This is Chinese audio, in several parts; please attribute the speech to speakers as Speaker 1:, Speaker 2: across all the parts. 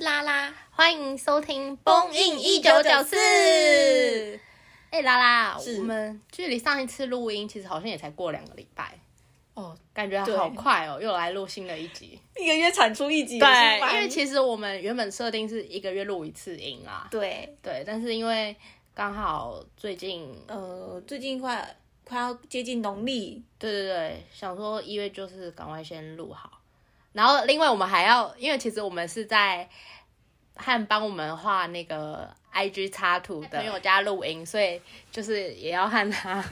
Speaker 1: 拉拉，欢迎收听《
Speaker 2: Bone In 1994。
Speaker 1: 哎，拉拉，
Speaker 2: 是
Speaker 1: 我们距离上一次录音其实好像也才过两个礼拜，
Speaker 2: 哦，
Speaker 1: 感觉
Speaker 2: 对
Speaker 1: 好快哦，又来录新的一集。
Speaker 2: 一个月产出一集也是蛮，
Speaker 1: 对，因为其实我们原本设定是一个月录一次音啦，
Speaker 2: 对，
Speaker 1: 对，但是因为刚好最近，
Speaker 2: 呃，最近快快要接近农历，
Speaker 1: 对对对，想说一月就是赶快先录好，然后另外我们还要，因为其实我们是在和帮我们画那个 IG 插图的朋友家录音，所以就是也要和他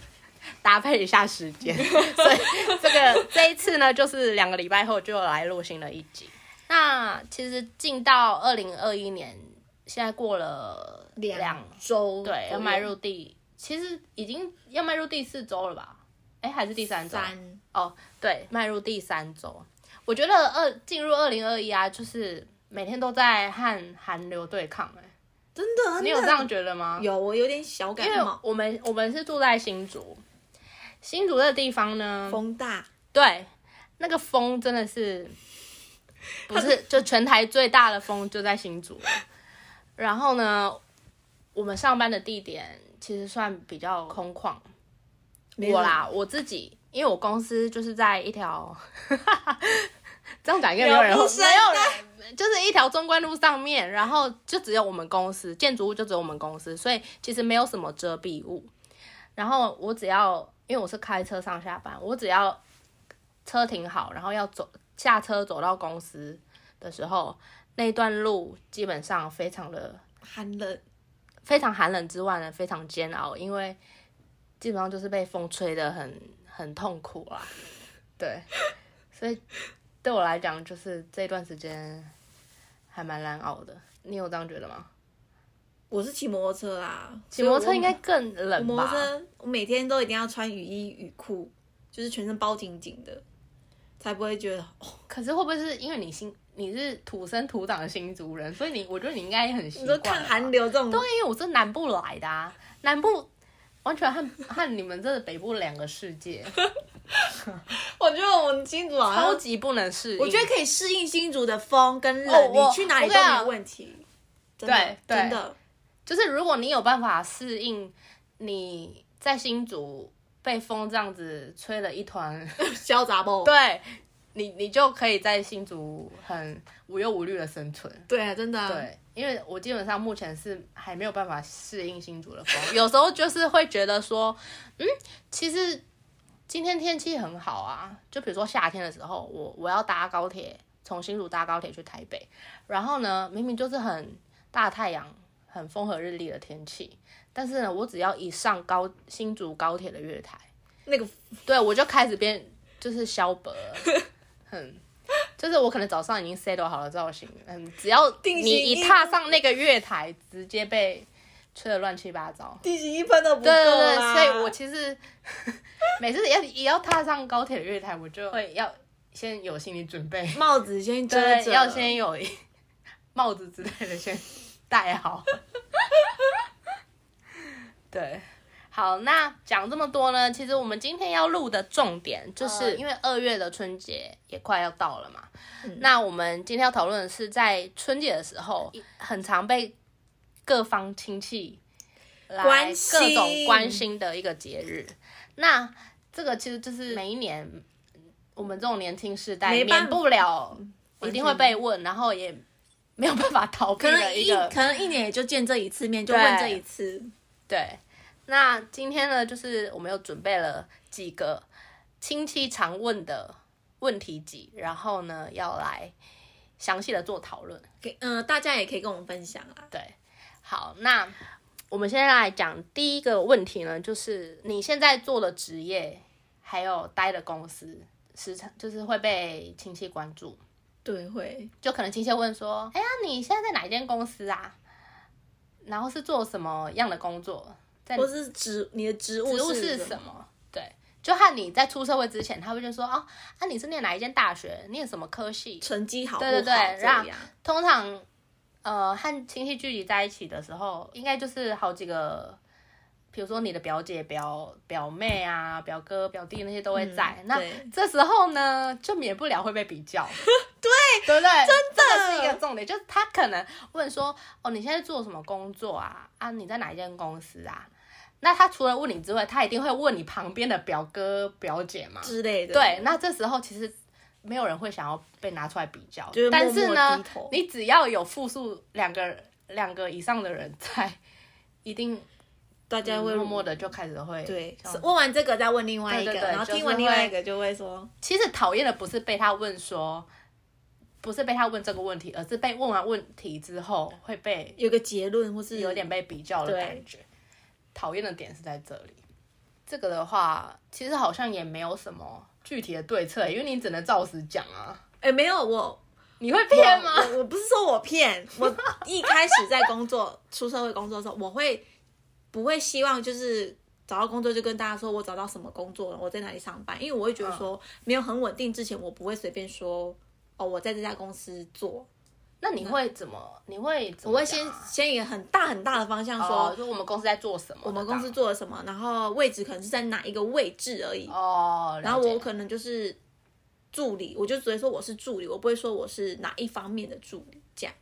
Speaker 1: 搭配一下时 间，所以这个这一次呢，就是两个礼拜后就来录新的一集。那其实进到二零二一年，现在过了
Speaker 2: 周，
Speaker 1: 对，要迈入第，其实已经要迈入第四周了吧？哎，还是第三周？
Speaker 2: 三，
Speaker 1: 哦，对，迈入第三周。我觉得二进入二零二一啊，就是每天都在和寒流对抗、哎，
Speaker 2: 真的，
Speaker 1: 你有这样觉得吗？
Speaker 2: 有，我有点小感
Speaker 1: 因为
Speaker 2: 冒，
Speaker 1: 我们我们是住在新竹，新竹的地方呢，
Speaker 2: 风大，
Speaker 1: 对，那个风真的是，不是就全台最大的风就在新竹了。然后呢，我们上班的地点其实算比较空旷。
Speaker 2: 没
Speaker 1: 嗯我
Speaker 2: 有，
Speaker 1: 啦，我自己，因为我公司就是在一条， 这样讲应该没有人
Speaker 2: 鸟
Speaker 1: 会，
Speaker 2: 不啊生
Speaker 1: 没有人，就是一条中关路上面，然后就只有我们公司建筑物，就只有我们公司，所以其实没有什么遮蔽物。然后我只要，因为我是开车上下班，我只要车停好，然后要走下车走到公司的时候，那一段路基本上非常的
Speaker 2: 寒冷，
Speaker 1: 非常寒冷之外呢，非常煎熬，因为基本上就是被风吹得很很痛苦啦。对，所以对我来讲，就是这段时间还蛮难熬的。你有这样觉得吗？
Speaker 2: 我是骑摩托车啦，
Speaker 1: 骑摩托车
Speaker 2: 所以
Speaker 1: 应
Speaker 2: 我
Speaker 1: 该更
Speaker 2: 我
Speaker 1: 冷
Speaker 2: 摩托
Speaker 1: 吧？
Speaker 2: 车，我每天都一定要穿雨衣雨裤，就是全身包紧紧的，才不会觉得哦，
Speaker 1: 可是会不会是因为你新你是土生土长的新族人，所以你我觉得你应该也很习
Speaker 2: 你
Speaker 1: 惯
Speaker 2: 说
Speaker 1: 吧。
Speaker 2: 看寒流这种
Speaker 1: 对，因为我是南部来的啊，南部完全和和你们这北部两个世 界，
Speaker 2: 我觉得我们新竹好
Speaker 1: 超
Speaker 2: 像，
Speaker 1: 级不能适应。
Speaker 2: 我觉得可以适应新竹的风跟
Speaker 1: 哦
Speaker 2: 冷，
Speaker 1: 我
Speaker 2: 你去哪里
Speaker 1: 我
Speaker 2: 都
Speaker 1: 跟你
Speaker 2: 没
Speaker 1: 讲
Speaker 2: 有问题。真的
Speaker 1: 对
Speaker 2: 真的，
Speaker 1: 就是如果你有办法适应你在新竹被风这样子吹了一团，
Speaker 2: 潇洒不？
Speaker 1: 对你你就可以在新竹很无忧无虑的生存。
Speaker 2: 对啊，真的啊。
Speaker 1: 对，因为我基本上目前是还没有办法适应新竹的风，有时候就是会觉得说，嗯，其实今天天气很好啊。就比如说夏天的时候，我我要搭高铁从新竹搭高铁去台北，然后呢，明明就是很大太阳、很风和日丽的天气，但是呢，我只要一上高新竹高铁的月台，
Speaker 2: 那个
Speaker 1: 对我就开始变就是消薄了，嗯，就是我可能早上已经 set 好了造型，嗯，只要
Speaker 2: 定
Speaker 1: 你
Speaker 2: 型
Speaker 1: 一
Speaker 2: 衣
Speaker 1: 踏上那个月台，直接被吹得乱七八糟。
Speaker 2: 地形一分都不够啊
Speaker 1: 对对对，
Speaker 2: 啦。
Speaker 1: 所以我其实 每次要也要踏上高铁的月台，我就会要先有心理准备，
Speaker 2: 帽子先遮
Speaker 1: 对，
Speaker 2: 着，
Speaker 1: 要先有一帽子之类的先戴好。对，好，那讲这么多呢，其实我们今天要录的重点就是、
Speaker 2: 呃
Speaker 1: 因为二月的春节也快要到了嘛，
Speaker 2: 嗯
Speaker 1: 那我们今天要讨论的是在春节的时候，很常被各方亲戚来
Speaker 2: 关
Speaker 1: 各
Speaker 2: 心
Speaker 1: 种关心的一个节日。那这个其实就是每一年我们这种年轻世代
Speaker 2: 没办
Speaker 1: 免
Speaker 2: 法
Speaker 1: 不了一
Speaker 2: 全
Speaker 1: 定会被问，然后也没有办法逃避
Speaker 2: 可能
Speaker 1: 的
Speaker 2: 一
Speaker 1: 一个
Speaker 2: 可能一年也就见这一次面，就
Speaker 1: 对
Speaker 2: 问这一次。
Speaker 1: 对。那今天呢，就是我们又准备了几个亲戚常问的问题集，然后呢要来详细的做讨论。
Speaker 2: 给嗯，大家也可以跟我们分享啊啦。
Speaker 1: 对，好，那我们现在来讲第一个问题呢，就是你现在做的职业，还有待的公司，时常就是会被亲戚关注，
Speaker 2: 对，会
Speaker 1: 就可能亲戚问说：“哎呀，你现在在哪一间公司啊？然后是做什么样的工作？在
Speaker 2: 或是植你的植物
Speaker 1: 职务
Speaker 2: 是
Speaker 1: 是什？么？”对。就和你在出社会之前，他会就说哦，啊你是念哪一间大学，念什么科系？
Speaker 2: 成绩好不
Speaker 1: 对
Speaker 2: 好？
Speaker 1: 对对
Speaker 2: 这样
Speaker 1: 通常呃和亲戚聚集在一起的时候，应该就是好几个比如说你的表姐、表表妹啊、表哥、表弟那些都会在。
Speaker 2: 嗯
Speaker 1: 那
Speaker 2: 对
Speaker 1: 这时候呢，就免不了会被比 较，对对不对？真的是一个重点，就是他可能问说：“哦，你现在做什么工作啊？啊，你在哪一间公司啊？”那他除了问你之外，他一定会问你旁边的表哥、表姐嘛？
Speaker 2: 之类的。
Speaker 1: 对，那这时候其实没有人会想要被拿出来比较，
Speaker 2: 就是默
Speaker 1: 但
Speaker 2: 默
Speaker 1: 是呢
Speaker 2: 低头，
Speaker 1: 你只要有复数两个两个以上的人在，一定
Speaker 2: 大家会
Speaker 1: 嗯默默的就开始会
Speaker 2: 对
Speaker 1: 像
Speaker 2: 问完这个再问另外一个，
Speaker 1: 对对对
Speaker 2: 然后
Speaker 1: 就是
Speaker 2: 听完另外一个就会说，
Speaker 1: 其实讨厌的不是被他问说，不是被他问这个问题，而是被问完问题之后会被
Speaker 2: 有个结论或是
Speaker 1: 有点被比较的
Speaker 2: 嗯对
Speaker 1: 感觉。讨厌的点是在这里。这个的话，其实好像也没有什么具体的对策，欸因为你只能照实讲啊。
Speaker 2: 哎、没有我
Speaker 1: 你会骗吗？
Speaker 2: 我我我不是说我骗，我一开始在工作出社会工作的时候，我会不会希望就是找到工作就跟大家说我找到什么工作了，我在哪里上班，因为我会觉
Speaker 1: 嗯
Speaker 2: 得说没有很稳定之前，我不会随便说哦我在这家公司做，
Speaker 1: 那你会怎么？你嗯会怎
Speaker 2: 我
Speaker 1: 么
Speaker 2: 会
Speaker 1: 讲
Speaker 2: 先
Speaker 1: 啊
Speaker 2: 先一个很大很大的方向
Speaker 1: 哦，
Speaker 2: 说。
Speaker 1: 说我们公司在做什么？
Speaker 2: 我
Speaker 1: 我
Speaker 2: 们公司做了什么，然后位置可能是在哪一个位置而已。
Speaker 1: 哦，
Speaker 2: 然
Speaker 1: 然
Speaker 2: 后啊我可能就是助理，我就只会说我是助理，我不会说我是哪一方面的助理。这样，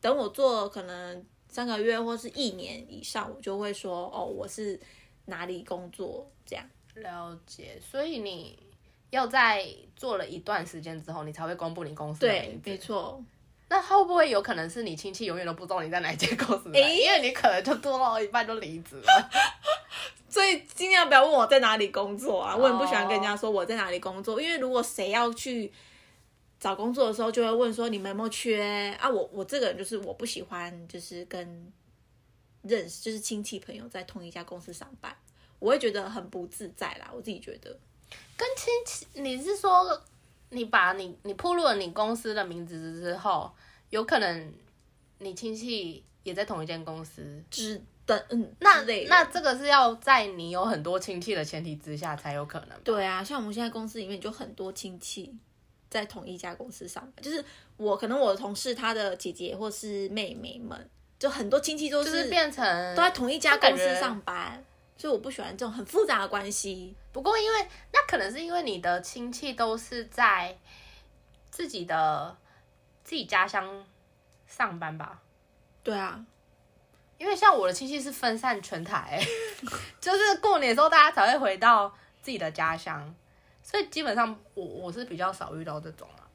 Speaker 2: 等我做可能三个月或是一年以上，我就会说哦，我是哪里工作这样。
Speaker 1: 了解，所以你要在做了一段时间之后，你才会公布你公司的
Speaker 2: 对
Speaker 1: 名，字。
Speaker 2: 没错，
Speaker 1: 那会不会有可能是你亲戚永远都不知道你在哪一间公司待？
Speaker 2: 诶
Speaker 1: 因为你可能就做到一半就离职了。
Speaker 2: 所以尽量不要问我在哪里工作啊，我很不喜欢
Speaker 1: 哦
Speaker 2: 跟人家说我在哪里工作，因为如果谁要去。找工作的时候就会问说你们有没有缺啊？我我这个人就是我不喜欢，就是跟认识就是亲戚朋友在同一家公司上班，我会觉得很不自在啦。我自己觉得，
Speaker 1: 跟亲戚，你是说你把你你披露了你公司的名字之后，有可能你亲戚也在同一间公司？
Speaker 2: 只等嗯
Speaker 1: 那
Speaker 2: 之类的
Speaker 1: 那这个是要在你有很多亲戚的前提之下才有可能吧。
Speaker 2: 对啊，像我们现在公司里面就很多亲戚在同一家公司上班，就是我可能我的同事他的姐姐或是妹妹们，就很多亲戚都
Speaker 1: 就是
Speaker 2: 是啊
Speaker 1: 变成
Speaker 2: 都在同一家
Speaker 1: 就感
Speaker 2: 公司
Speaker 1: 觉
Speaker 2: 上班，所以我不喜欢这种很复杂的关系。
Speaker 1: 不过因为那可能是因为你的亲戚都是在自己的自己家乡上班吧，
Speaker 2: 对啊，
Speaker 1: 因为像我的亲戚是分散全台、欸 就是过年的时候大家才会回到自己的家乡，所以基本上我我是比较少遇到这种啊，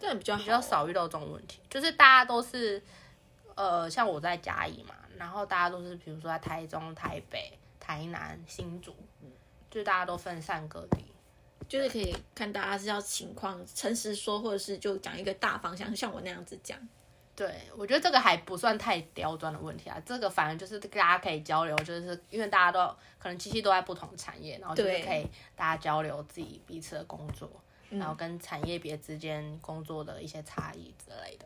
Speaker 2: 这样比较好
Speaker 1: 比较少遇到这种问题，就是大家都是呃像我在嘉义嘛，然后大家都是比如说在台中、台北、台南、新竹，就大家都分散各地。
Speaker 2: 就是可以看大家是要情况诚实说，或者是就讲一个大方向，像我那样子讲。
Speaker 1: 对，我觉得这个还不算太刁钻的问题啊，这个反而就是大家可以交流，就是因为大家都可能机器都在不同产业，然后就是
Speaker 2: 对
Speaker 1: 可以大家交流自己彼此的工作，
Speaker 2: 嗯
Speaker 1: 然后跟产业别之间工作的一些差异之类的。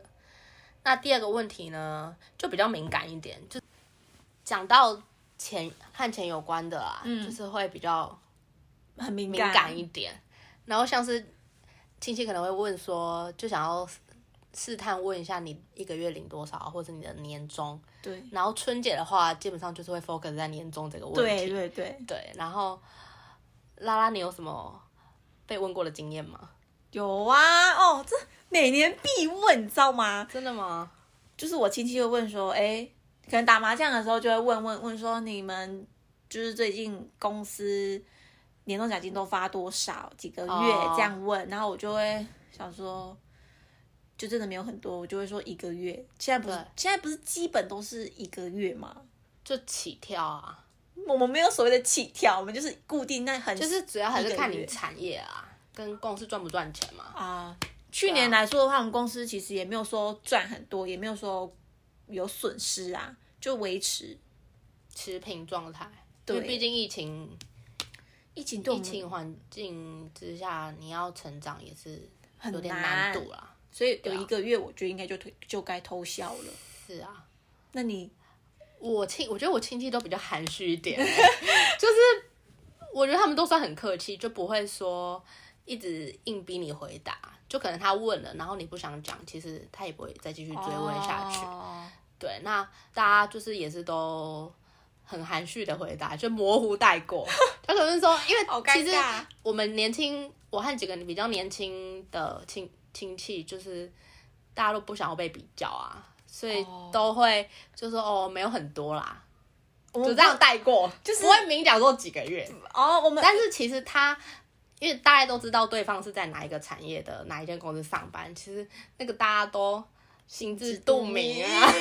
Speaker 1: 那第二个问题呢，就比较敏感一点，就讲到钱和钱有关的啊，
Speaker 2: 嗯
Speaker 1: 就是会比较
Speaker 2: 很敏
Speaker 1: 敏感一点。然后像是亲戚可能会问说，就想要试探问一下你一个月领多少，或者你的年终。
Speaker 2: 对
Speaker 1: 然后春节的话，基本上就是会 focus 在年终这个问
Speaker 2: 对
Speaker 1: 题。
Speaker 2: 对对，
Speaker 1: 对然后拉拉，你有什么被问过的经验吗？
Speaker 2: 有啊，哦，这每年必问，你知道吗？
Speaker 1: 真的吗？
Speaker 2: 就是我亲戚会问说，哎，可能打麻将的时候就会问问问说，你们就是最近公司年终奖金都发多少，几个月、
Speaker 1: 哦
Speaker 2: 这样问，然后我就会想说，就真的没有很多，我就会说一个月。现在不是
Speaker 1: 对
Speaker 2: 现在不是基本都是一个月吗？
Speaker 1: 就起跳啊，
Speaker 2: 我们没有所谓的起跳，我们就是固定那很
Speaker 1: 就是主要还是看
Speaker 2: 一
Speaker 1: 你
Speaker 2: 个月
Speaker 1: 产业啊，跟公司赚不赚钱嘛。
Speaker 2: 啊、去年来说的话，我们公司其实也没有说赚很多，也没有说有损失啊，就维持。
Speaker 1: 持平状态，因为
Speaker 2: 对
Speaker 1: 毕竟疫情
Speaker 2: 疫情对我
Speaker 1: 疫
Speaker 2: 们
Speaker 1: 情环境之下，你要成长也是
Speaker 2: 很
Speaker 1: 有点
Speaker 2: 难
Speaker 1: 难度啊啦。
Speaker 2: 所以有一个月，我觉得应该就推就该偷笑了。
Speaker 1: 是啊，
Speaker 2: 那你
Speaker 1: 我亲，我觉得我亲戚都比较含蓄一点，欸 就是我觉得他们都算很客气，就不会说一直硬逼你回答。就可能他问了，然后你不想讲，其实他也不会再继续追问下去。
Speaker 2: 哦
Speaker 1: 对，那大家就是也是都很含蓄的回答，就模糊带过。他可能说，因为
Speaker 2: 好尴
Speaker 1: 其实
Speaker 2: 尬
Speaker 1: 我们年轻，我和几个比较年轻的亲亲戚，就是大家都不想要被比较啊，所以
Speaker 2: 哦
Speaker 1: 都会就说哦，没有很多啦，
Speaker 2: 我
Speaker 1: 就
Speaker 2: 们
Speaker 1: 这样带过，
Speaker 2: 就是
Speaker 1: 不会明讲说几个月。
Speaker 2: 哦，我们
Speaker 1: 但是其实他，因为大家都知道对方是在哪一个产业的哪一间公司上班，其实那个大家都心知肚明啊。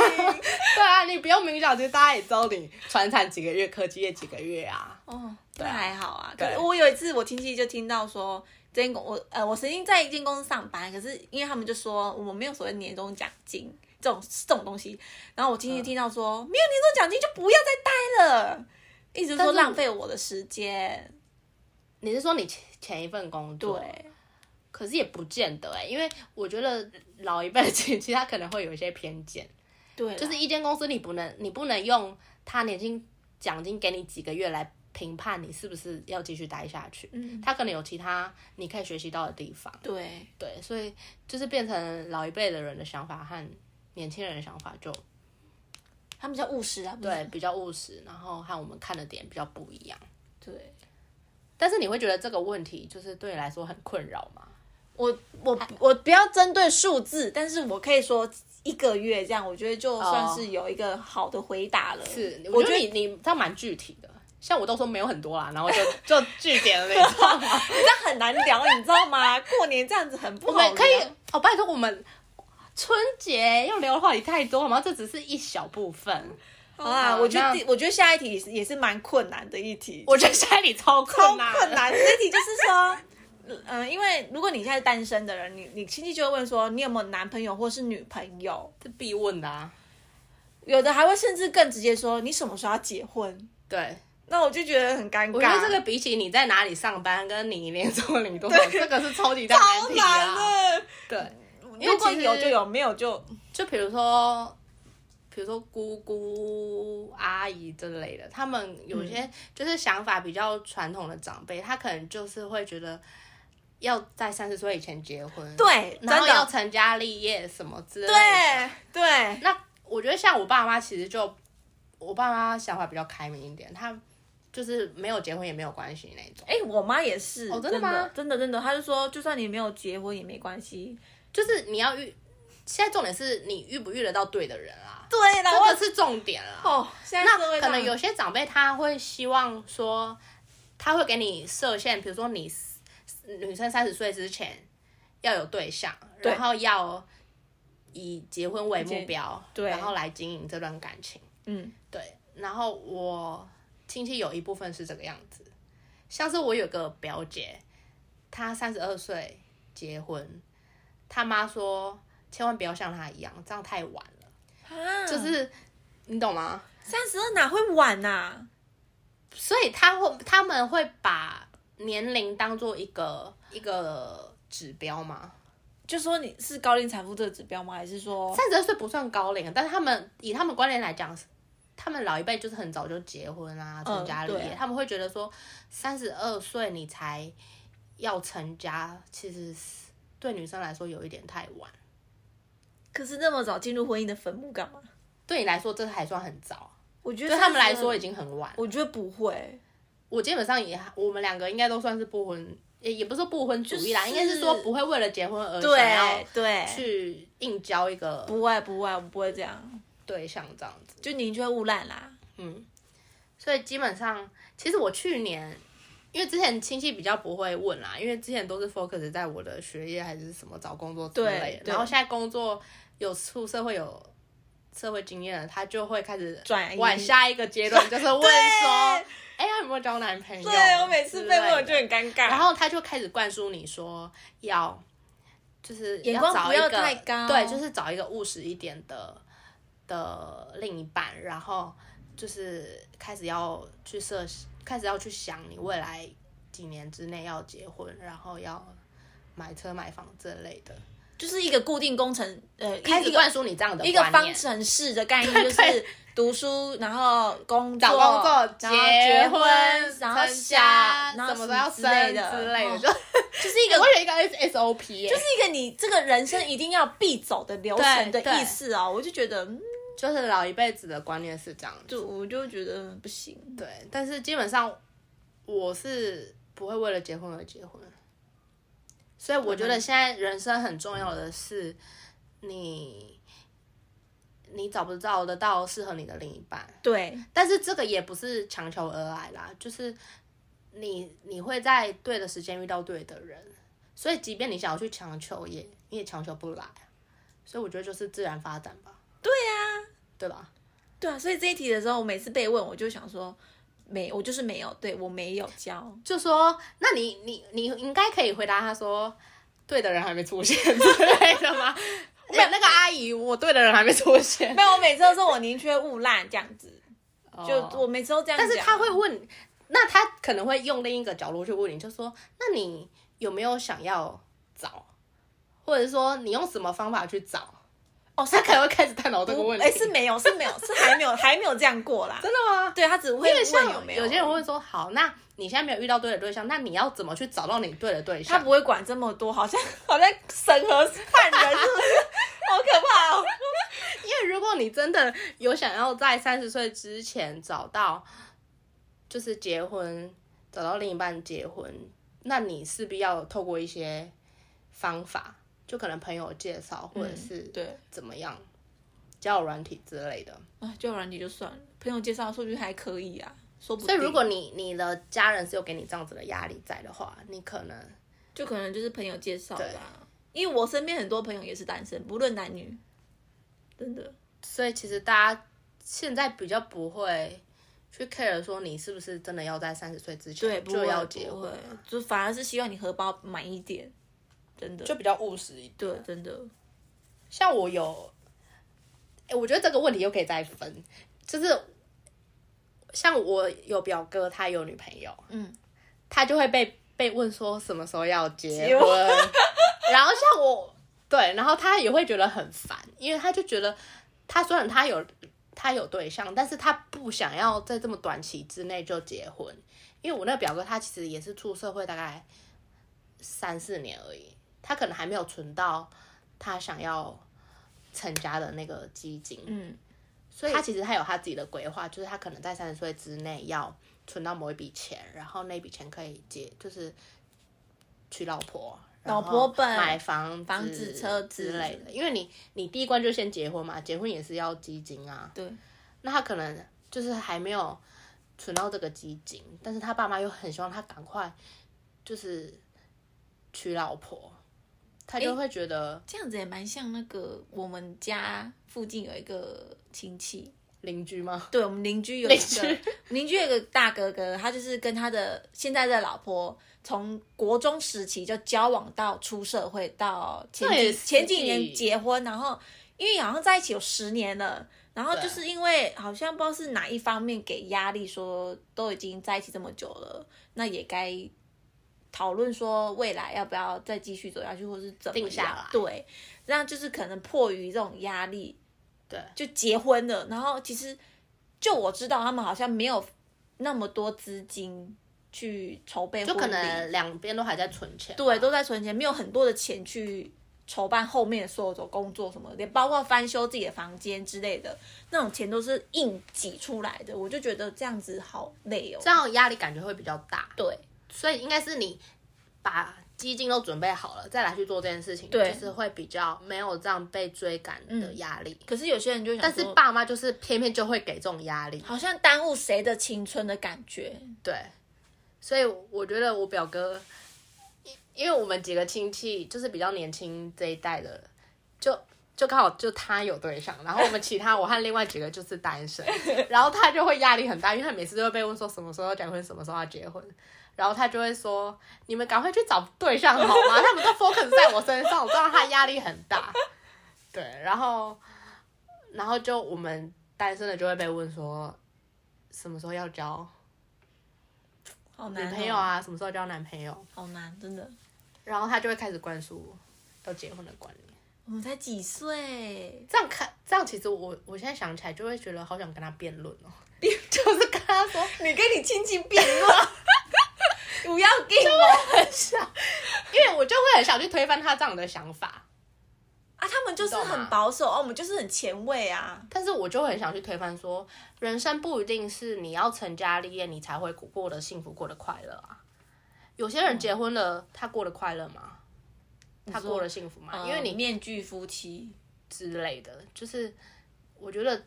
Speaker 1: 对啊，你不用明讲，其实大家也知道你传产几个月，科技业几个月啊。
Speaker 2: 哦，
Speaker 1: 对
Speaker 2: 那
Speaker 1: 啊
Speaker 2: 还好啊。可
Speaker 1: 对
Speaker 2: 是我有一次，我亲戚就听到说，这间公我呃，我曾经在一间公司上班，可是因为他们就说我们没有所谓年终奖金这种这种东西，然后我
Speaker 1: 嗯
Speaker 2: 亲戚听到说、没有年终奖金就不要再待了，一直
Speaker 1: 但
Speaker 2: 说
Speaker 1: 是
Speaker 2: 浪费我的时间。
Speaker 1: 你是说你前前一份工作？
Speaker 2: 对，
Speaker 1: 可是也不见得哎、因为我觉得老一辈的亲戚他可能会有一些偏见，
Speaker 2: 对啦，
Speaker 1: 就是一间公司你不能你不能用他年薪奖金给你几个月来评判你是不是要继续待下去。
Speaker 2: 嗯，
Speaker 1: 他可能有其他你可以学习到的地方，
Speaker 2: 对，
Speaker 1: 对，所以就是变成老一辈的人的想法和年轻人的想法就
Speaker 2: 他们比较务实啊，不是
Speaker 1: 对比较务实，然后和我们看的点比较不一样。
Speaker 2: 对。
Speaker 1: 但是你会觉得这个问题就是对你来说很困扰吗？
Speaker 2: 我我
Speaker 1: 啊
Speaker 2: 我不要针对数字，但是我可以说一个月这样，我觉得就算是有一个好的回答了。
Speaker 1: 是，
Speaker 2: 我
Speaker 1: 我
Speaker 2: 觉
Speaker 1: 觉
Speaker 2: 得
Speaker 1: 得你你这样蛮具体的，像我都说没有很多啦，然后就 就据点了，你知 道吗？
Speaker 2: 这样很难聊，你知道吗？过年这样子很不
Speaker 1: 我
Speaker 2: 好聊
Speaker 1: 们可以哦，拜托我们春节要聊的话题太多了嘛，这只是一小部分。
Speaker 2: 好啦，
Speaker 1: 好啊
Speaker 2: 我觉
Speaker 1: 那
Speaker 2: 得第我觉得下一题也是也是蛮困难的一题，
Speaker 1: 我觉得现在你超
Speaker 2: 超
Speaker 1: 困难，
Speaker 2: 困难。这一题就是说。 嗯，因为如果你现在是单身的人，你你亲戚就会问说你有没有男朋友或是女朋友，
Speaker 1: 这必问的啊。
Speaker 2: 有的还会甚至更直接说你什么时候要结婚，
Speaker 1: 对，
Speaker 2: 那我就觉得很尴尬。
Speaker 1: 我觉得这个比起你在哪里上班，跟你年终领多少，这个是超级大
Speaker 2: 超
Speaker 1: 难题
Speaker 2: 难
Speaker 1: 啊。
Speaker 2: 的，嗯
Speaker 1: 对，因
Speaker 2: 如
Speaker 1: 为
Speaker 2: 果
Speaker 1: 其实
Speaker 2: 有就有，没有就
Speaker 1: 就比如说，比如说姑姑、阿姨之类的，他们有些
Speaker 2: 嗯
Speaker 1: 就是想法比较传统的长辈，他可能就是会觉得要在三十岁以前结婚，，
Speaker 2: 对，真
Speaker 1: 然后要
Speaker 2: 的，
Speaker 1: 成家立业什么之类的。
Speaker 2: 对对，
Speaker 1: 那我觉得像我爸妈其实就，我爸妈想法比较开明一点，他就是没有结婚也没有关系那种。
Speaker 2: 哎、我妈也是，
Speaker 1: 哦真
Speaker 2: 真
Speaker 1: 的吗
Speaker 2: 真的真的，她就说，就算你没有结婚也没关系。
Speaker 1: 就是你要遇，现在重点是你遇不遇得到对的人啊，
Speaker 2: 对啦，
Speaker 1: 这个
Speaker 2: 我
Speaker 1: 是重点啦。
Speaker 2: 哦，现在社
Speaker 1: 那
Speaker 2: 会
Speaker 1: 可能
Speaker 2: 上
Speaker 1: 有些长辈他会希望说，他会给你设限，比如说你 s- 女生三十岁之前要有对象，
Speaker 2: 对
Speaker 1: 然后要以结婚为
Speaker 2: 结
Speaker 1: 目标，
Speaker 2: 对
Speaker 1: 然后来经营这段感情。
Speaker 2: 嗯，
Speaker 1: 对，然后我亲戚有一部分是这个样子，像是我有个表姐，她三十二岁结婚，她妈说千万不要像她一样，这样太晚了，
Speaker 2: 啊，
Speaker 1: 就是你懂吗？
Speaker 2: 三十二哪会晚啊呐、
Speaker 1: 所以她会他们会把年龄当做一个一个指标嘛，
Speaker 2: 就说你是高龄产妇这个指标吗？还是说
Speaker 1: 三十二岁不算高龄，但是他们以他们观念来讲，他们老一辈就是很早就结婚啊，成家立
Speaker 2: 对
Speaker 1: 业，
Speaker 2: 啊
Speaker 1: 他们会觉得说三十二岁你才要成家，其实是对女生来说有一点太晚，
Speaker 2: 可是那么早进入婚姻的坟墓干嘛？
Speaker 1: 对你来说这还算很早，
Speaker 2: 我觉得
Speaker 1: 对他们来
Speaker 2: 32
Speaker 1: 说已，经很晚。
Speaker 2: 我觉得不会，
Speaker 1: 我基本上也，我们两个应该都算是不婚，也也不是说不婚主义啦，
Speaker 2: 就是
Speaker 1: 应该是说不会为了结婚而想
Speaker 2: 对
Speaker 1: 要
Speaker 2: 对，
Speaker 1: 去硬交一个
Speaker 2: 不会不会，我不会这样，
Speaker 1: 对象这样子。
Speaker 2: 就宁缺毋滥啦。
Speaker 1: 嗯，所以基本上，其实我去年，因为之前亲戚比较不会问啦，因为之前都是 focus 在我的学业还是什么找工作之类
Speaker 2: 对
Speaker 1: 的，
Speaker 2: 对
Speaker 1: 然后现在工作有出社会有社会经验了，他就会开始
Speaker 2: 转移
Speaker 1: 往下一个阶 段，就是问说，哎呀有没有交男朋友？
Speaker 2: 对我每次被问我就
Speaker 1: 之类的
Speaker 2: 很尴尬。
Speaker 1: 然后他就开始灌输你说要。就是
Speaker 2: 眼光
Speaker 1: 找
Speaker 2: 不
Speaker 1: 一
Speaker 2: 要
Speaker 1: 个
Speaker 2: 太高
Speaker 1: 对，就是找一个务实一点的的另一半，然后就是开始要去设，开始要去想你未来几年之内要结婚，然后要买车买房这类的，
Speaker 2: 就是一个固定工程，呃，一
Speaker 1: 开始
Speaker 2: 一个
Speaker 1: 灌输你这样的
Speaker 2: 一个
Speaker 1: 观
Speaker 2: 方
Speaker 1: 念。
Speaker 2: 程式的 概念，就是读书，然后工作，
Speaker 1: 找工作、
Speaker 2: 然后结
Speaker 1: 婚、
Speaker 2: 然后
Speaker 1: 成家，
Speaker 2: 然后
Speaker 1: 什么都要
Speaker 2: 之
Speaker 1: 生
Speaker 2: 类的
Speaker 1: 之类的，
Speaker 2: 哦
Speaker 1: 就
Speaker 2: 就是一个
Speaker 1: 我有一个 S S O P，
Speaker 2: 啊就是一个你这个人生一定要必走的流程的意思哦。我就觉得，嗯
Speaker 1: 就是老一辈子的观念是这样子，
Speaker 2: 就我就觉得不行。
Speaker 1: 对。但是基本上我是不会为了结婚而结婚，所以我觉得现在人生很重要的是你。你找不找得到适合你的另一半，
Speaker 2: 对，
Speaker 1: 但是这个也不是强求而来啦，就是你你会在对的时间遇到对的人，所以即便你想要去强求也，你也强求不来，所以我觉得就是自然发展吧。对呀、对吧？
Speaker 2: 对啊，所以这一题的时候，我每次被问，我就想说，没，我就是没有，对我没有交。
Speaker 1: 就说，那你你你应该可以回答他说，对的人还没出现之类的 吗？没有那个阿姨，我对的人还没出现，
Speaker 2: 没有，我每次都说我宁缺毋滥这样子，就
Speaker 1: 哦
Speaker 2: 我每次都这样
Speaker 1: 但
Speaker 2: 讲。
Speaker 1: 是他会问，那他可能会用另一个角度去问你，就说，那你有没有想要找，或者说你用什么方法去找？
Speaker 2: 哦，
Speaker 1: 他可能会开始探讨这个问题。
Speaker 2: 哎、是没有，是没有，是还没有，还没有这样 过啦。
Speaker 1: 真的吗？
Speaker 2: 对他只
Speaker 1: 啊因
Speaker 2: 会
Speaker 1: 为
Speaker 2: 问
Speaker 1: 像
Speaker 2: 没
Speaker 1: 有
Speaker 2: 有
Speaker 1: 些人会说，好，那你现在没有遇到对的对象，那你要怎么去找到你对的对
Speaker 2: 他
Speaker 1: 象？
Speaker 2: 不会管这么多，好像好像审核犯人是不是？ 好可怕哦！
Speaker 1: 因为如果你真的有想要在三十岁之前找到，就是结婚，找到另一半结婚，那你势必要透过一些方法，就可能朋友介绍或
Speaker 2: 嗯
Speaker 1: 者是
Speaker 2: 对，
Speaker 1: 怎么样，交友软体之类的。
Speaker 2: 啊，交友软体就算了，朋友介绍说不定还可以啊，说不
Speaker 1: 所
Speaker 2: 定。
Speaker 1: 以如果你你的家人是有给你这样子的压力在的话，你可能
Speaker 2: 就可能就是朋友介绍啦，因为我身边很多朋友也是单身，不论男女，真的。
Speaker 1: 所以其实大家现在比较不会去 care 说你是不是真的要在三十岁之
Speaker 2: 对，
Speaker 1: 前
Speaker 2: 不
Speaker 1: 就
Speaker 2: 会
Speaker 1: 要结
Speaker 2: 不
Speaker 1: 婚
Speaker 2: 会，就反而是希望你荷包满一点，真的，
Speaker 1: 就比较务实一点。
Speaker 2: 对，真的，
Speaker 1: 像我有，哎，我觉得这个问题又可以再分，就是像我有表哥，他有女朋友，
Speaker 2: 嗯，
Speaker 1: 他就会被被问说什么时候要结
Speaker 2: 结
Speaker 1: 婚， 然后像我对，然后他也会觉得很烦，因为他就觉得他虽然他有他有对象，但是他不想要在这么短期之内就结婚，因为我那个表哥他其实也是出社会大概三四年而已，他可能还没有存到他想要成家的那个基金，
Speaker 2: 嗯，
Speaker 1: 所以他其实他有他自己的规划，就是他可能在三十岁之内要存到某一笔钱，然后那笔钱可以借，就是娶老婆。然后
Speaker 2: 老婆本
Speaker 1: 买房子、
Speaker 2: 房子车子
Speaker 1: 之类的，因为你你第一关就先结婚嘛，结婚也是要基金啊。
Speaker 2: 对，
Speaker 1: 那他可能就是还没有存到这个基金，但是他爸妈又很希望他赶快就是娶老婆，他就会觉得
Speaker 2: 这样子也蛮像那个我们家附近有一个亲戚，
Speaker 1: 邻居吗？
Speaker 2: 对我们邻居有一
Speaker 1: 邻
Speaker 2: 个 邻居有一个大哥哥，他就是跟他的现在的老婆从国中时期就交往到出社会，到前
Speaker 1: 那也
Speaker 2: 几
Speaker 1: 是
Speaker 2: 前几年结婚，然后因为好像在一起有十年了，然后
Speaker 1: 啊
Speaker 2: 就是因为好像不知道是哪一方面给压力说都已经在一起这么久了，那也该。讨论说未来要不要再继续走下去，或是怎么样
Speaker 1: 定下来
Speaker 2: 对，这样就是可能迫于这种压力，
Speaker 1: 对，
Speaker 2: 就结婚了。然后其实就我知道，他们好像没有那么多资金去筹备
Speaker 1: 就可
Speaker 2: 婚礼
Speaker 1: 能两边都还在存钱。
Speaker 2: 对都在存钱，没有很多的钱去筹办后面的所有的工作什么的，连包括翻修自己的房间之类的，那种钱都是硬挤出来的。我就觉得这样子好累哦
Speaker 1: 这。样压力感觉会比较大，
Speaker 2: 对
Speaker 1: 所以应该是你把基金都准备好了，再来去做这件事情，
Speaker 2: 对嗯
Speaker 1: 就是会比较没有这样被追赶的压力。
Speaker 2: 可是有些人就想
Speaker 1: 但是
Speaker 2: 说，
Speaker 1: 爸妈就是偏偏就会给这种压力，
Speaker 2: 好像耽误谁的青春的感觉。
Speaker 1: 对，所以我觉得我表哥，因因为我们几个亲戚就是比较年轻这一代的，就就刚好就他有对象，然后我们其他我和另外几个就是单身，然后他就会压力很大，因为他每次都会被问说什么时候要结婚，什么时候要结婚。然后他就会说：“你们赶快去找对象好吗？他们都 focus 在我身上，我知道他压力很大。”对，然后，然后就我们单身的就会被问说，什么时候要交？
Speaker 2: 好难、
Speaker 1: 女
Speaker 2: 哦，
Speaker 1: 朋友，啊，什么时候交男朋友，
Speaker 2: 好难，真的。
Speaker 1: 然后他就会开始灌输我要结婚的观念。
Speaker 2: 我们才几岁？
Speaker 1: 这样看，这样其实我我现在想起来就会觉得好想跟他辩论 哦，就是跟他说
Speaker 2: 你跟你亲戚辩论， 不要给我
Speaker 1: 很想，因为我就会很想去推翻他这样的想法。
Speaker 2: 啊，他们就是
Speaker 1: 你懂吗
Speaker 2: 很保守哦，我们就是很前卫啊。
Speaker 1: 但是我就很想去推翻说，人生不一定是你要成家立业，你才会过得幸福、过得快乐啊。有些人结婚了，他过得快乐吗？他
Speaker 2: 说
Speaker 1: 过得幸福吗？因为
Speaker 2: 呃
Speaker 1: 你
Speaker 2: 面具夫妻，
Speaker 1: 之类的，就是我觉得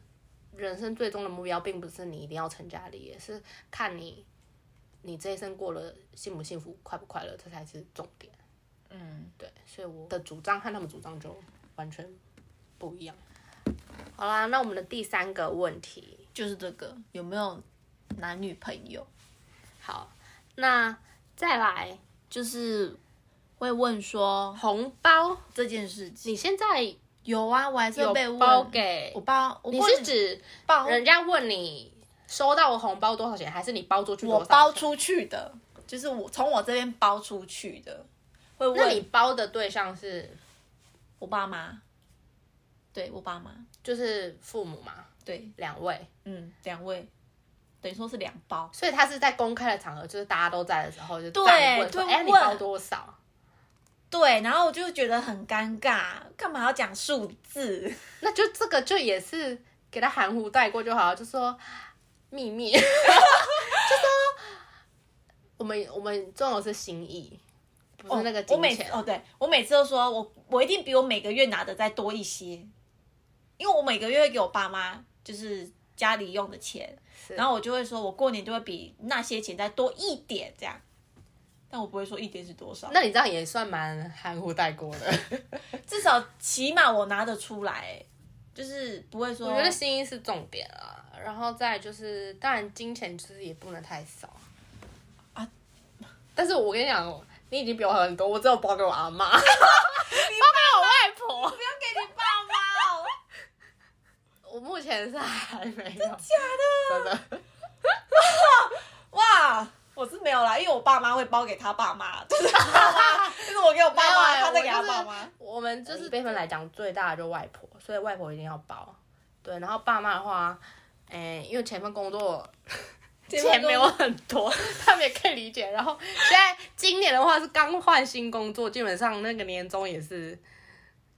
Speaker 1: 人生最终的目标并不是你一定要成家立业，是看你你这一生过得幸不幸福、快不快乐，这才是重点。
Speaker 2: 嗯，
Speaker 1: 对，所以我的主张和他们主张就完全不一样。好啦，那我们的第三个问题，
Speaker 2: 就是这个有没有男女朋友？
Speaker 1: 好，那再来
Speaker 2: 就是会问说
Speaker 1: 红包，
Speaker 2: 这件事情。
Speaker 1: 你现在
Speaker 2: 有啊，我还是会被
Speaker 1: 有
Speaker 2: 问
Speaker 1: 包给
Speaker 2: 我包，我
Speaker 1: 你
Speaker 2: 过
Speaker 1: 是
Speaker 2: 年
Speaker 1: 指
Speaker 2: 包
Speaker 1: 人家问你收到我红包多少钱，还是你包出去多
Speaker 2: 我
Speaker 1: 少钱？
Speaker 2: 包出去的，就是我从我这边包出去的，会
Speaker 1: 那你
Speaker 2: 问
Speaker 1: 包的对象是
Speaker 2: 我爸妈，对我爸妈，
Speaker 1: 就是父母嘛，
Speaker 2: 对，
Speaker 1: 两位，
Speaker 2: 嗯，两位，等于说是两包，
Speaker 1: 所以他是在公开的场合，就是大家都在的时候，就
Speaker 2: 对
Speaker 1: 这样问说，
Speaker 2: 就
Speaker 1: 哎、你
Speaker 2: 问
Speaker 1: 包多少？
Speaker 2: 对，然后我就觉得很尴尬，干嘛要讲数字？
Speaker 1: 那 就这个就也是给他含糊带过就好了，就说秘 密，就说我们我们重要的是心意，不是那个
Speaker 2: 我
Speaker 1: 金
Speaker 2: 每
Speaker 1: 钱。
Speaker 2: 哦，对我每次都说我我一定比我每个月拿的再多一些，因为我每个月会给我爸妈就是家里用的钱，
Speaker 1: 是
Speaker 2: 然后我就会说我过年就会比那些钱再多一点这样，但我不会说一点是多少，
Speaker 1: 那你这样也算蛮含糊带过的。
Speaker 2: 至少起码我拿得出来，就是不会说
Speaker 1: 我觉得心意是重点啊，然后再来就是，当然金钱就是也不能太少
Speaker 2: 啊。
Speaker 1: 但是我跟你讲，哦你已经比我好很多，我只有包给我阿 妈，包给我外婆。
Speaker 2: 要给你爸妈哦，
Speaker 1: 我目前是还没有，
Speaker 2: 假的
Speaker 1: 真的。
Speaker 2: 哇。我是没有啦，因为我爸妈会包给他爸妈，就是他爸妈，就是我给啊我爸
Speaker 1: 没
Speaker 2: 妈，
Speaker 1: 有欸
Speaker 2: 他再给他
Speaker 1: 我就是
Speaker 2: 爸妈。
Speaker 1: 我们就是呃辈分来讲，最大的就外婆，所以外婆一定要包。对，然后爸妈的话，哎、因为前份工作钱没有很多， 他们也可以理解。然后现在今年的话是刚换新工作，基本上那个年终也是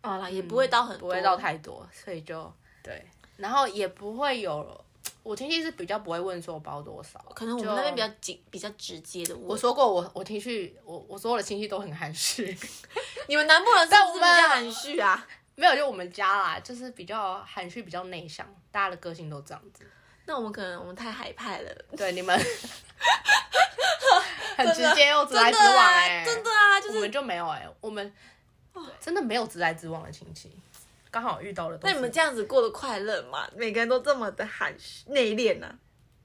Speaker 2: 好哦啦，也不会到很
Speaker 1: 不会到太多，所以就对，然后也不会有。我亲戚是比较不会问说我包多少，
Speaker 2: 可能我们那边比
Speaker 1: 较。
Speaker 2: 较紧、比较直接的
Speaker 1: 我
Speaker 2: 问。
Speaker 1: 说过我，我亲戚，我我所有的亲戚都很含蓄，
Speaker 2: 你们南部人是不是
Speaker 1: 但我
Speaker 2: 比较
Speaker 1: 们
Speaker 2: 含蓄啊？
Speaker 1: 没有就我们家啦，就是比较含蓄，比较内向，大家的个性都这样子。
Speaker 2: 那我们可能我们太海派了，
Speaker 1: 对你 们很
Speaker 2: 真
Speaker 1: 直
Speaker 2: 的
Speaker 1: 接又直来直
Speaker 2: 真的
Speaker 1: 往
Speaker 2: 啊
Speaker 1: 哎、
Speaker 2: 真的啊，就
Speaker 1: 我们
Speaker 2: 是。哦
Speaker 1: 就没有哎、我们真的没有直来直往的亲戚，刚好遇到了。
Speaker 2: 那你们这样子过得快乐吗？每个人都这么的含蓄内敛啊呢？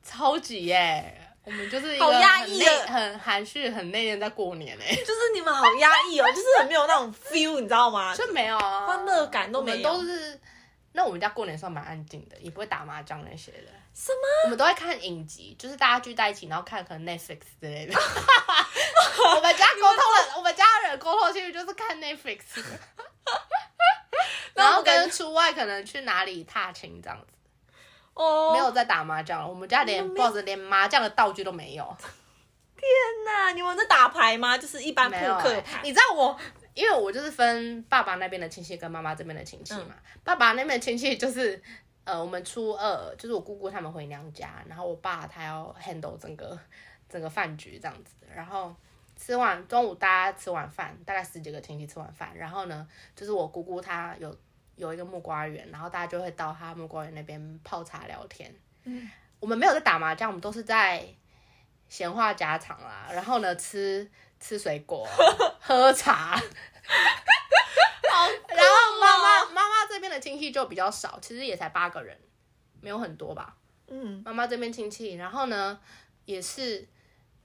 Speaker 1: 超级耶、我们就是一个
Speaker 2: 好压
Speaker 1: 很
Speaker 2: 抑啊
Speaker 1: 内
Speaker 2: 的
Speaker 1: 很含蓄、很内敛，在过年哎、
Speaker 2: 就是你们好压抑哦， 就是很没有那种 feel，你知道吗？
Speaker 1: 就没有啊，
Speaker 2: 欢乐感都
Speaker 1: 我们
Speaker 2: 没有
Speaker 1: 都是。那我们家过年算蛮安静的，也不会打麻将那些的。
Speaker 2: 什么？
Speaker 1: 我们都会看影集，就是大家聚在一起，然后看可能 Netflix 之类 的。我们家沟通的，我们家人沟通兴趣就是看 Netflix，然
Speaker 2: 那
Speaker 1: 后
Speaker 2: 我感
Speaker 1: 跟
Speaker 2: 觉
Speaker 1: 出外可能去哪里踏青这样子，
Speaker 2: 哦，
Speaker 1: 没有在打麻将了。我们家连
Speaker 2: 你们没有
Speaker 1: 抱着连麻将的道具都没有，
Speaker 2: 那啊你们在打牌吗？就是一般扑
Speaker 1: 没有
Speaker 2: 克
Speaker 1: 欸、
Speaker 2: 牌。
Speaker 1: 你知道我，因为我就是分爸爸那边的亲戚跟妈妈这边的亲戚嘛。爸爸那边的亲戚就是，呃，我们初二就是我姑姑他们回娘家，然后我爸他要 handle 整个整个饭局这样子。然后吃完中午大家吃完饭，大概十几个亲戚吃完饭，然后呢，就是我姑姑她有有一个木瓜园，然后大家就会到她木瓜园那边泡茶聊天。
Speaker 2: 嗯，
Speaker 1: 我们没有在打麻将，我们都是在闲话家常啦。然后呢，吃吃水 果，喝茶。
Speaker 2: 好
Speaker 1: 然后妈妈妈妈这边的亲戚就比较少，其实也才八个人，没有很多吧。
Speaker 2: 嗯，
Speaker 1: 妈妈这边亲戚，然后呢也是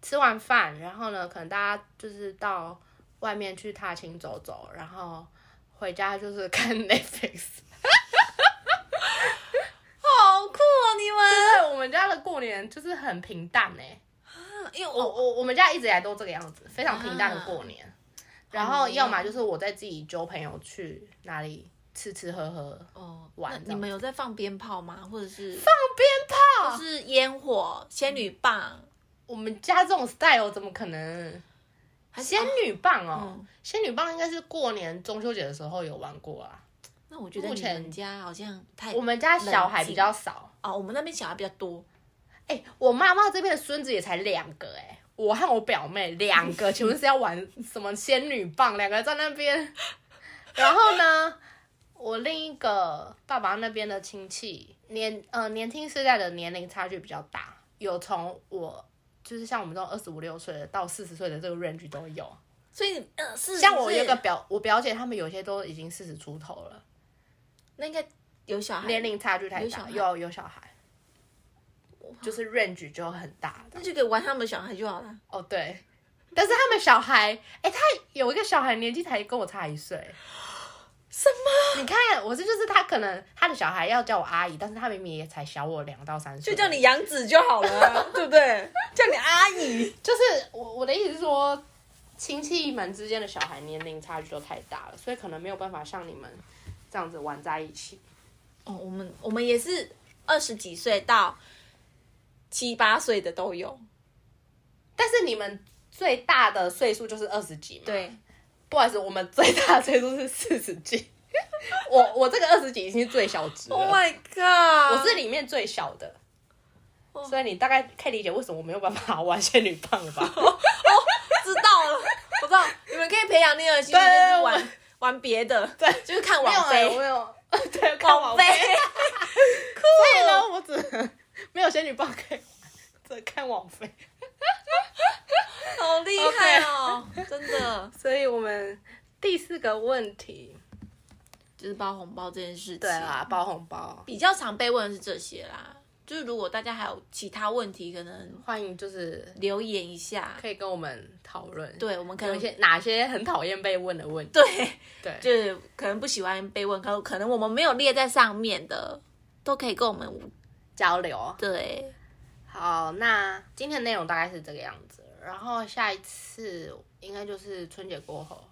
Speaker 1: 吃完饭，然后呢可能大家就是到外面去踏青走走，然后回家就是 看 Netflix。
Speaker 2: 好酷哦，你们。
Speaker 1: 对，我们家的过年就是很平淡哎、
Speaker 2: 因为
Speaker 1: 我
Speaker 2: 我
Speaker 1: 我我们家一直以来都这个样子，非常平淡的过年。然后要么就是我在自己揪朋友去哪里吃吃喝喝，
Speaker 2: 哦，
Speaker 1: 玩
Speaker 2: 那
Speaker 1: 这样
Speaker 2: 你们有在放鞭炮吗？或者是
Speaker 1: 放
Speaker 2: 就。是烟火、仙女棒？
Speaker 1: 我们家这种 style 怎么可能？
Speaker 2: 还是
Speaker 1: 仙女棒哦，
Speaker 2: 嗯
Speaker 1: 仙女棒应该是过年中秋节的时候有玩过啊。
Speaker 2: 那我觉得
Speaker 1: 目
Speaker 2: 你
Speaker 1: 前
Speaker 2: 们家好像太
Speaker 1: 我们家小孩比较少，
Speaker 2: 哦，我们那边小孩比较多，
Speaker 1: 哎、我妈妈这边的孙子也才两个、哎，我和我表妹两个，请问是要玩什么仙女棒？两个在那 边，然后呢，我另一个爸爸那边的亲戚年呃年轻世代的年龄差距比较大，有从我就是像我们这种二十五六岁的到四十岁的这个 range 都有，
Speaker 2: 所以呃是
Speaker 1: 像我有一个
Speaker 2: 是
Speaker 1: 表我表姐，他们有些都已经四十出头了，
Speaker 2: 那应该有小孩，
Speaker 1: 年龄差距太
Speaker 2: 哎有小
Speaker 1: 大，
Speaker 2: 孩
Speaker 1: 有有小孩，就是 range 就很大的
Speaker 2: 那。就可以玩他们小孩就好了。
Speaker 1: 哦，对，但是他们小孩，哎、他有一个小孩年纪才跟我差一岁，
Speaker 2: 什么？
Speaker 1: 你看，我这就是他可能他的小孩要叫我阿姨，但是他明明也才小我两到三岁，
Speaker 2: 就叫你，杨子就好了啊、 对不对？叫你阿姨。
Speaker 1: 就是我我的意思是说，亲戚们之间的小孩年龄差距都太大了，所以可能没有办法像你们这样子玩在一起。
Speaker 2: 哦，我们我们也是二十几岁到七八岁的都有，
Speaker 1: 但是你们最大的岁数就是二十几嘛，
Speaker 2: 对，
Speaker 1: 不好意思，我们最大的岁数是 四十几，我我这个二十几已经是最小值了。
Speaker 2: Oh my god！
Speaker 1: 我是里面最小的，
Speaker 2: 哦
Speaker 1: 所以你大概可以理解为什么我没有办法玩仙女棒了吧？
Speaker 2: 知道了，我知道你们可以培养那个兴趣，就
Speaker 1: 对对对
Speaker 2: 是
Speaker 1: 我
Speaker 2: 玩玩别的，对，就是看 网
Speaker 1: 没有欸，
Speaker 2: 飞
Speaker 1: 我，有， 对，看网飞。所以呢，我只能没有仙女棒可以玩，只能看网飞。
Speaker 2: 好厉害哦，真的，
Speaker 1: 所以我们第四个问题，
Speaker 2: 就是包红包这件事情，
Speaker 1: 对啦，包红包，
Speaker 2: 比较常被问的是这些啦。就是如果大家还有其他问题，可能
Speaker 1: 欢迎就是
Speaker 2: 留言一下，
Speaker 1: 可以跟我们讨论，，
Speaker 2: 对我们可
Speaker 1: 有
Speaker 2: 能
Speaker 1: 一些哪些很讨厌被问的问题，
Speaker 2: 嗯对，
Speaker 1: 对，
Speaker 2: 就是可能不喜欢被问，可可能我们没有列在上面的，都可以跟我们
Speaker 1: 交流。
Speaker 2: 对
Speaker 1: 好，那今天的内容大概是这个样子，然后下一次应该就是春节过后，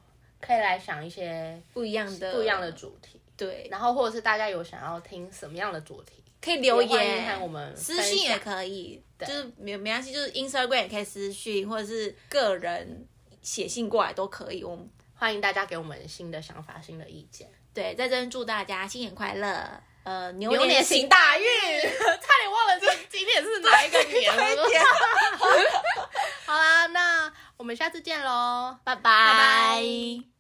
Speaker 1: 可以来想一些
Speaker 2: 不一样的
Speaker 1: 不一样的主题，
Speaker 2: 对，
Speaker 1: 然后或者是大家有想要听什么样的主题，
Speaker 2: 可以留
Speaker 1: 也欢迎
Speaker 2: 言
Speaker 1: 和我们
Speaker 2: 哦私
Speaker 1: 嗯
Speaker 2: 信啊也
Speaker 1: 分享
Speaker 2: 可以，就是没没关系，就是 Instagram 也可以私信，或者是个人写信过来都可以。我们
Speaker 1: 欢迎大家给我们新的想法、新的意见。
Speaker 2: 对在这边祝大家新年快乐，呃，牛
Speaker 1: 牛年
Speaker 2: 年
Speaker 1: 行
Speaker 2: 行
Speaker 1: 大运， 差点忘了 这今天是哪一个年了。 好啦，那我们下次见喽，拜拜
Speaker 2: 拜拜。